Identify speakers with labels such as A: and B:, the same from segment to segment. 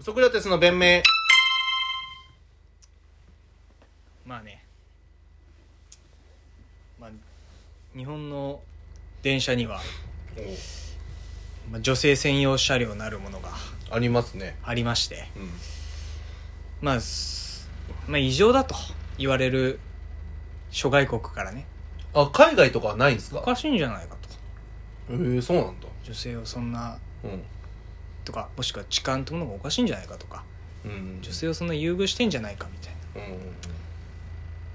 A: ソクラテスの弁明
B: まあねまあ日本の電車には、まあ、女性専用車両なるものが
A: ありますね
B: ありまして
A: うん
B: まあ、すまあ異常だと言われる諸外国からね
A: あ海外とかはないんです
B: お
A: か
B: かしいんじゃないかと
A: えー、そうなんだ
B: 女性をそんな
A: うん
B: とかもしくは痴漢というものがおかしいんじゃないかとか
A: うん
B: 女性をそんな優遇してんじゃないかみたいな
A: うんうん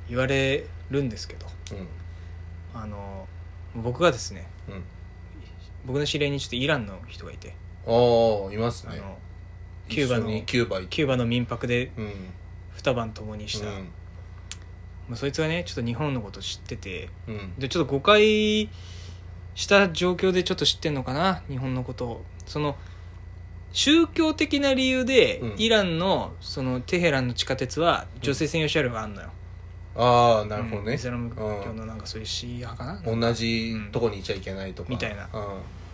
B: 言われるんですけどあの僕がですね
A: うん
B: 僕の知り合いにちょっとイランの人がいて、
A: うんああいます
B: あ
A: ね
B: のキューバの
A: 一緒にキューバ行き
B: キューバの民泊で
A: うん
B: 二晩共にした、まあ、そいつがねちょっと日本のこと知ってて
A: うんうん
B: でちょっと誤解した状況でちょっと知ってんのかな日本のことをその宗教的な理由で、
A: うん
B: イランのそのテヘランの地下鉄は女性専用車両があんのよ、
A: ああなるほど
B: うん
A: ね
B: イスラム教のなんかそういうシーア派かな、
A: 同じとこにいちゃいけないとか
B: みたいな
A: うん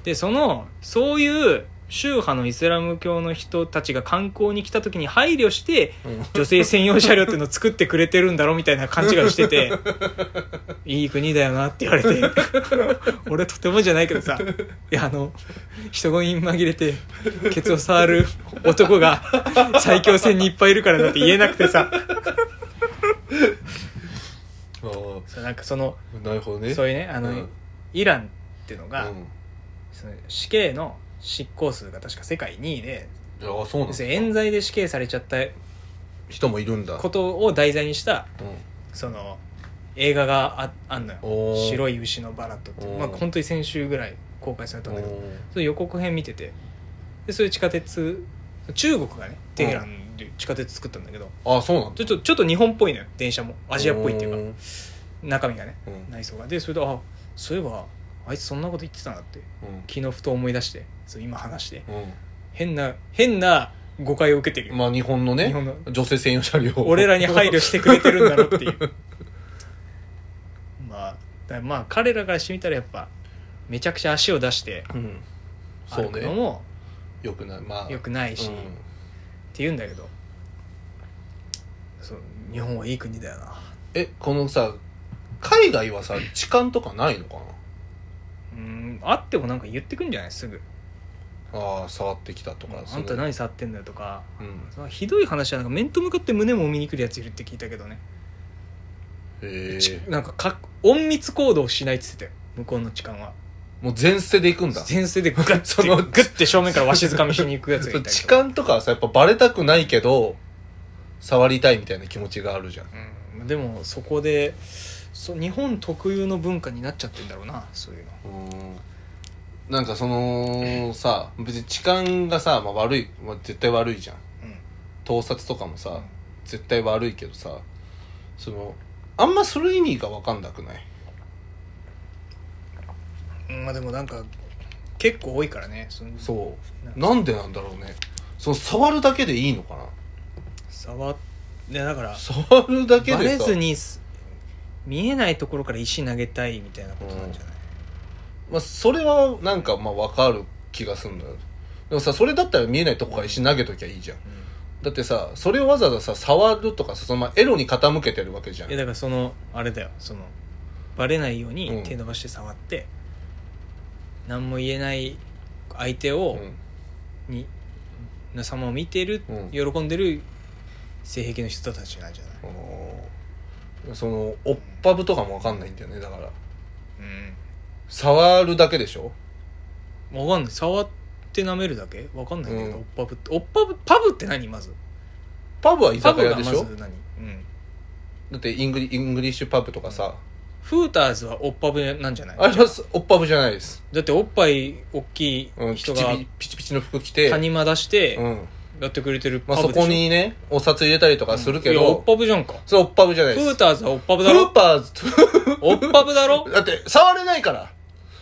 B: でそのそういう宗派のイスラム教の人たちが観光に来た時に配慮して
A: うん
B: 女性専用車両っていうのを作ってくれてるんだろみたいな勘違いをして ていい国だよなって言われて俺とてもじゃないけどさいやあの人混みに紛れてケツを触る男が最強戦にいっぱいいるからだって言えなくてさ
A: あー
B: そうなんかその
A: なるほどね
B: そう
A: い
B: いうねあの、
A: うん
B: イランっていうのが、
A: ん、
B: その死刑の執行数が確か世界2位で
A: ああそうなん
B: 要
A: ですす
B: るに冤罪で死刑されちゃった
A: 人もいるんだ
B: ことを題材にした
A: う
B: その映画がああんのよ
A: お
B: 「
A: ー
B: 白い牛のバラット」っていう
A: おー
B: まあ本当に先週ぐらい公開されたん
A: ん
B: だけどその予告編見ててでそういう地下鉄中国がねテヘランで地下鉄作ったんだけど
A: ああそうなん
B: ち
A: だ
B: ょっとちょっと日本っぽいのよ電車もアジアっぽいっていうか中身がね
A: うん
B: 内装がでそれであそういえばあいつそんなこと言ってたなって
A: うん
B: 昨日ふと思い出してそう今話して
A: うん
B: 変な変な誤解を受けてるよ
A: まあ日本のね
B: 日本の
A: 女性専用車両
B: 俺らに配慮してくれてるんだろうっていう まあだまあ彼らからしてみたらやっぱめちゃくちゃ足を出して
A: うんそう
B: 歩くの
A: ね
B: も
A: よくないまあ
B: 良くないし、
A: うん
B: って言うんだけどそう日本はいい国だよな
A: えこのさ海外はさ痴漢とかないのか
B: うんあってもなんか言ってくんじゃないすぐ
A: なああ触ってきたと
B: 「
A: か
B: あんた何触ってんだよ」とか
A: そのうん
B: そのひどい話はなんか面と向かって胸もみに来るやついるって聞いたけどね、
A: へ
B: ち
A: え
B: なんかか隠密行動しないって言ってたよ向こうの痴漢は
A: もう全捨てで行くんだ
B: 前世でグッて
A: その
B: グッて正面からわしづかみしに行くやつがいたりとか
A: 痴漢とかはさやっぱバレたくないけど触りたいみたいな気持ちがあるじゃん
B: うん、でもそこでそう日本特有の文化になっちゃってんだろうなそういうの
A: うんなんかそのさ別に痴漢がさ、まあ、悪い、まあ、絶対悪いじゃん盗撮とかもさ、
B: うん
A: 絶対悪いけどさそのあんまする意味が分かんなくない
B: うん、まあでもなんか結構多いからねその
A: そうなんでなんだろうねその触るだけでいいのかな
B: 触ってだから
A: 触るだけ
B: バレ
A: でさ
B: ずにす見えないところから石投げたいみたいなことなんじゃない、
A: まあ、それはなんかまあ分かる気がするのよでもさそれだったら見えないとこから石投げときゃいいじゃんだってさそれをわざわざさ触るとかさそのままエロに傾けてるわけじゃ
B: うんんいやだからそのあれだよそのバレないよう
A: うん
B: に手伸ばして触って、何も言えない相手を、
A: うん
B: にの様を見てる、
A: うん
B: 喜んでる性癖の人たちなんじゃない、
A: おーそのおっぱぶとかも分かんないんだよねだから
B: う
A: 触るだけでしょ
B: ん、わかんない触って舐めるだけわかんないけど、
A: うん
B: おっぱぶっておっぱぶパブって何まず
A: パブは居
B: パ
A: 酒
B: ブ
A: 屋
B: が
A: で
B: ま
A: し
B: ず
A: ょ
B: 何、うん、
A: だってイングリイングリッシュパブとかさ、
B: フーターズはおっぱぶなんじゃない
A: あれはおっぱぶじゃないです、
B: だっておっぱい大きい
A: うん、ピチ
B: 人
A: ピ
B: が
A: チピチピチの服着て、
B: 谷間出して
A: うん
B: やってくれてるパ
A: まあ、そ
B: ブでしょ、
A: こにねお札入れたりとかするけ
B: いやおっ
A: ど、
B: ぱぶじゃんか
A: それおっぱぶじゃな
B: フ
A: いです
B: ーターズはおっぱぶだ
A: フー
B: ろ
A: パーズ
B: おっぱぶだ ろ
A: だって触れないから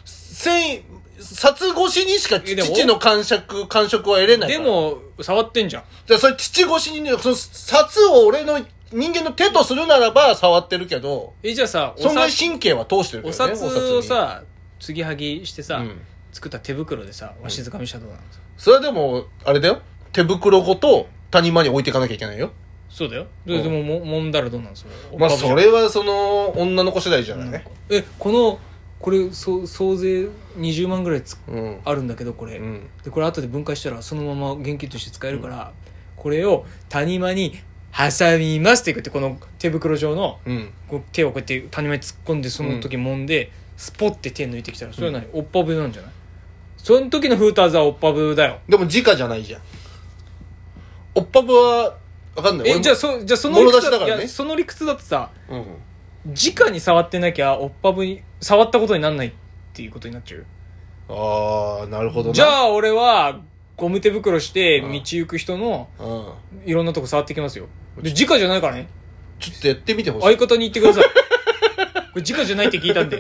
A: 繊維札越しにしか
B: えでも
A: 父の感触感触は得れないか
B: で
A: ら
B: も触ってんじゃん
A: じゃあそれ父越しにね、その札を俺の人間の手とするならば触ってるけど、
B: えじゃあさお
A: そんな
B: 札
A: に神経は通してるけ
B: お
A: どね。
B: 札をさ継ぎはぎして
A: お
B: さ、
A: 札に、うん
B: 作った手袋でさわしづかみしたらどうなんですか、
A: それはでも、あれだよ。手袋ごと谷間に置いていかなきゃいけないよ。
B: そうだよ
A: う
B: で
A: ん
B: でもも揉んだらどうなんですか
A: まあ、それはその、女の子次第じゃないね。
B: えこのこれそう総勢20万ぐらいつ
A: うん。
B: あるんだけどこれ、
A: うん。
B: でこれ後で分解したらそのまま現金として使えるから、これを谷間に挟みますっていくってこの手袋状の
A: うん。
B: こう手をこうやって谷間に突っ込んでその時揉んで、スポッて手抜いてきたらそれは何、おっぱぶなんじゃないその時のフーターズはおっぱぶだよ
A: でも、直じゃないじゃん。おっぱぶは、わかんない。俺
B: え
A: も
B: じゃあ、そじゃあその
A: 物
B: 理
A: 出し
B: 屈
A: だからね
B: いやその理屈だってさ
A: うん。
B: 直に触ってなきゃおっぱぶに触ったことになんないっていうことになっちゃう
A: ああ、なるほどな。
B: じゃあ俺はゴム手袋して
A: う
B: 道
A: ん
B: 行く人の
A: うん。
B: いろんなとこ触ってきますよで直じゃないからね
A: ちょっとやってみてほしい。
B: 相方に言ってくださいこれ直じゃないって聞いたんで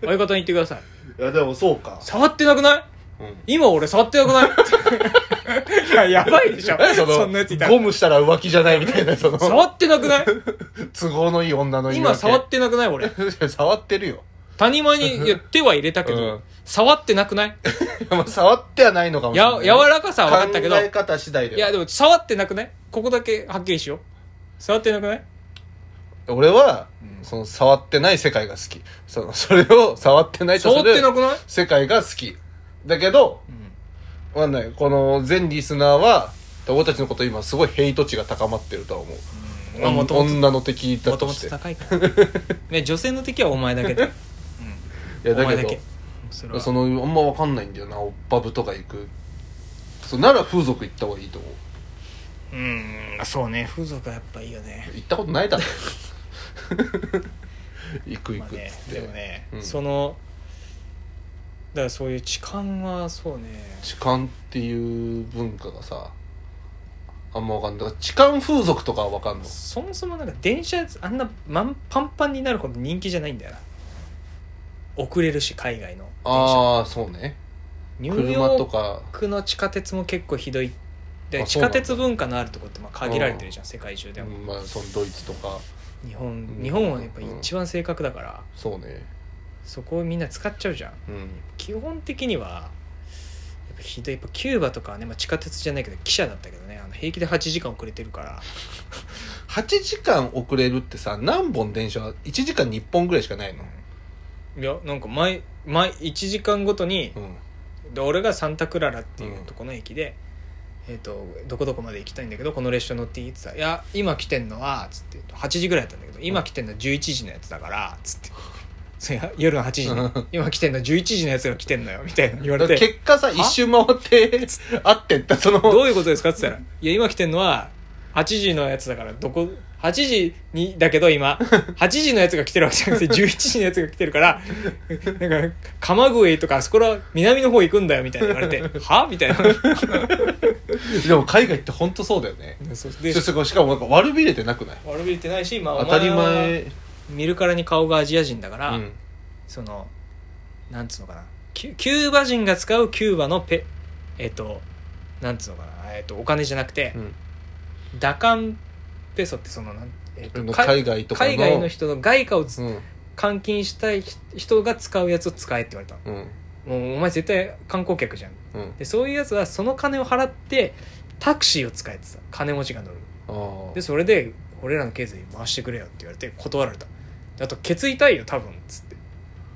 B: 相方に言ってください
A: いや、でもそうか。
B: 触ってなくない
A: うん。
B: 今俺触ってなくない いややばいでしょ
A: その、
B: そんなやついた
A: ゴ
B: ら
A: ムしたら浮気じゃないみたいな、その、
B: 触ってなくない
A: 都合のいい女の言い
B: 今
A: 訳
B: 触ってなくない俺
A: 触ってるよ。
B: 谷間にいや手は入れたけど、
A: うん
B: 触ってなくない
A: まあ触ってはないのかもしれ
B: や
A: ない。
B: 柔らかさは分かったけど
A: 考え方次第で
B: い
A: は。
B: やでも触ってなくないここだけはっきりしよう触ってなくない
A: 俺は、その、触ってない世界が好き。その、それを触ってないと
B: 触
A: す
B: って
A: る
B: なくない
A: 世界が好き。だけど、わかんない。この、全リスナーは、俺たちのこと今すごいヘイト値が高まってるとは思う。
B: まあもともと
A: 女の敵だ
B: も
A: と
B: とも
A: し
B: と
A: て。
B: 高 いから、ね、女性の敵はお前だけで、
A: いや、
B: お
A: だ
B: 前
A: け
B: だ
A: ど
B: け、それは
A: そのあんまわかんないんだよなおっぱぶとか行くそうなら風俗行った方がいいと思う
B: うーんそうね風俗はやっぱいいよね
A: 行ったことないだ ろ行く行
B: まあ
A: くっ
B: ね
A: つって、
B: でもね、
A: うん
B: そのだからそういう痴漢はそうね
A: 痴漢っていう文化がさあんまわかんないだから痴漢風俗とかはわかんの
B: そもそもなんか電車あんなまんパンパンになるほど人気じゃないんだよな遅れるし海外の電車
A: ああそうね
B: ニューヨ
A: 車と
B: ー
A: か
B: クの地下鉄も結構ひどいで
A: あ
B: 地
A: そうな
B: 下
A: んだ
B: 鉄文化のあるとこってまあ限られてるじゃん世界中でも、
A: まあそのドイツとか
B: 日本
A: うん
B: 日本はやっぱ一番正確だから、
A: そうね
B: そこをみんな使っちゃうじゃん
A: うん
B: 基本的にはやっぱひどいやっぱキューバとかはね、まあ、地下鉄じゃないけど汽車だったけどねあの平気で8時間遅れてるから
A: 8時間遅れるってさ何本電車1時間に1本ぐらいしかないの
B: いやなんか毎毎1時間ごとに
A: うん
B: で俺がサンタクララっていうとこの駅で、えー、とどこどこまで行きたいんだけどこの列車乗っていいっつったら「いや今来てんのは」つって8時ぐらいだったんだけど「今来てんのは11時のやつだから」つってそれ夜の8時 に「今来てんのは11時のやつが来てんのよ」みたいな言わ
A: だ
B: れ
A: から
B: て
A: 結果さ一周回 って会ってったその
B: 「どういうことですか?」っつったら「いや今来てんのは8時のやつだからどこ8時にだけど今8時のやつが来てるわけじゃなくて11時のやつが来てるからなんか鎌越とかあそこら南の方行くんだよ」みたいな言われて「は?」みたいな。
A: でも海外って本当そうだよね
B: そうで
A: でしかもなんか悪びれてなくない
B: 悪びれてないし、まあ、
A: 当たり
B: お前は
A: 前
B: 見るからに顔がアジア人だから、
A: うん
B: そのなんつうのかなキュキューバ人が使うキューバのペえっとなんつうのかな、えっと、お金じゃなくて、
A: うん
B: ダカンペソってそのなん、えっとか
A: 海外とかの
B: 海外の人の外貨をつ
A: うん
B: 換金したい人が使うやつを使えって言われたの
A: うん
B: もうお前絶対観光客じゃん
A: うん
B: でそういうやつはその金を払ってタクシーを使えってさ金持ちが乗る
A: あー
B: でそれで俺らの経済回してくれよって言われて断られたであとケツ痛いよ多分っつって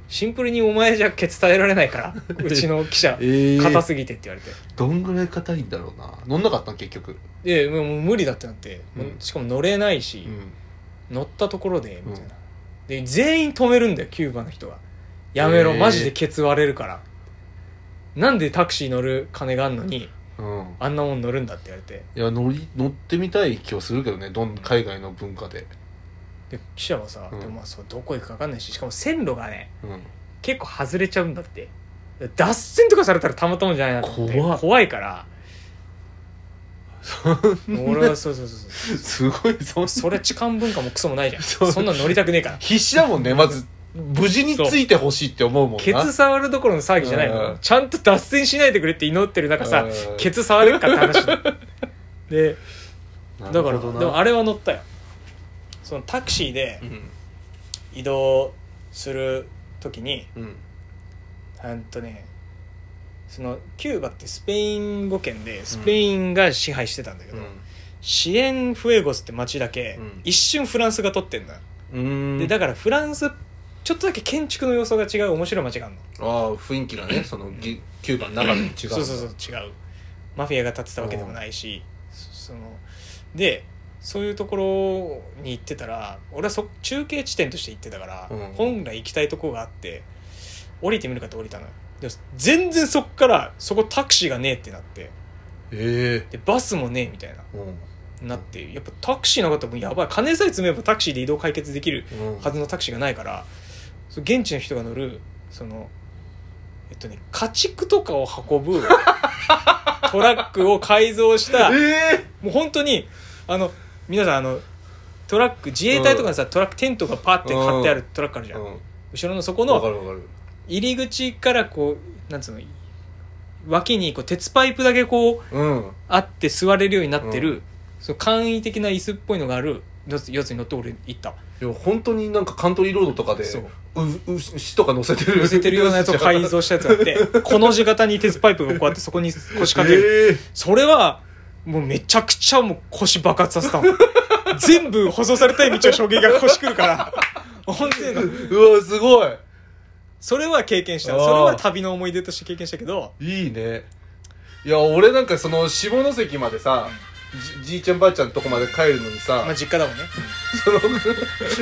B: シンプルにお前じゃケツ耐えられないから うちの記者
A: えー
B: 硬すぎてって言われて
A: どんぐらい硬いんだろうな乗んなかったの結局
B: でもうもう無理だってなって、もう
A: うん
B: しかも乗れないし、
A: うん
B: 乗ったところでみたい
A: う
B: な、
A: ん
B: で全員止めるんだよキューバの人がやめろ、
A: えー
B: マジでケツ割れるからなんでタクシー乗る金があんのに
A: うん
B: あんなもん乗るんだって言われて
A: いや乗り乗ってみたい気はするけどねどん海外の文化で
B: で記者はさ、
A: うん
B: でもまあそうどこ行くか分かんないししかも線路がね
A: うん
B: 結構外れちゃうんだって脱線とかされたらたまたまじゃないなと思って
A: 怖い
B: 怖いから俺はそうそうそうそう
A: すごいそん
B: それ痴漢文化もクソもないじゃん
A: そ
B: そうそんなん乗りたくねえから
A: 必死だもんねまず無事についてほしいって思うもんな
B: ケツ触るどころの騒ぎじゃないの、
A: うん
B: ちゃんと脱線しないでくれって祈ってる中さ、
A: うん
B: ケツ触れるかって話だで
A: なる
B: だか
A: ほ
B: ら
A: ど
B: で
A: な
B: もあれは乗ったよそのタクシーで
A: うん
B: 移動する時に
A: うん
B: うんとねそのキューバってスペイン語圏でスペインが支配してたんだけど、シエンフエゴスって町だけ、
A: うん
B: 一瞬フランスが取ってんだ、
A: うん
B: でだからフランスちょっとだけ建築の要素が違う面白い町があるの
A: ああ雰囲気がねそのぎキューバの中で違う
B: そうそうそう違うマフィアが建てたわけでもないしそそのでそういうところに行ってたら俺はそ中継地点として行ってたから、
A: うん
B: 本来行きたいとこがあって降りてみるかって降りたのよでも全然そっからそこタクシーがねえってなって
A: え
B: でバスもねえみたいな
A: えうん
B: なってやっぱタクシーなかったらもうやばい金さえ積めばタクシーで移動解決できる
A: うん
B: はずのタクシーがないからその現地の人が乗るそのえっとね家畜とかを 運ぶトラックを改造したも
A: え
B: う本当にあの皆さんあのトラック自衛隊とかのさ、トラックテントがパッて張ってあるトラックあ
A: え
B: るじゃん、
A: うん
B: 後ろのそこ
A: わか
B: の
A: るわかる
B: 入り口からこうなんつうの脇にこう鉄パイプだけこう
A: うん
B: あって座れるようになってる、
A: う
B: その簡易的な椅子っぽいのがあるやつやつに乗って俺行った
A: いや本当になんかカントリーロードとかで
B: そう
A: うう牛とか乗せてる
B: 寄せてるようなやつを改造したやつがあって この字型に鉄パイプがこうやってそこに腰掛ける、
A: ええ
B: それはもうめちゃくちゃもう腰爆発させた の全部舗装されたい道を衝撃が腰くるから本当に
A: うわすごい
B: それは経験した
A: あー
B: それは旅の思い出として経験したけど
A: いいねいや俺なんかその下関までさ、じじいちゃんばあちゃんとこまで帰るのにさ、
B: まあ実家だもんね
A: その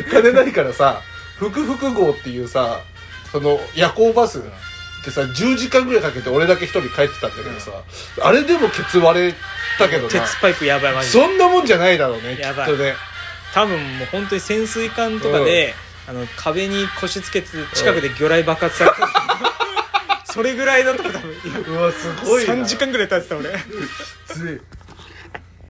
A: 金ないからさふくふく号っていうさその夜行バスってさ10時間ぐらいかけて俺だけ一人帰ってたんだけどさ、あれでもケツ割れたけどな
B: 鉄パイプやばいマジで
A: そんなもんじゃないだろうねき
B: やば
A: っと
B: い
A: ね
B: 多分もう本当に潜水艦とかで、あの壁に腰つけて近くで魚雷爆発された、 それぐらいだった多分
A: うわすごいな
B: 3時間ぐらい経ってた俺
A: つい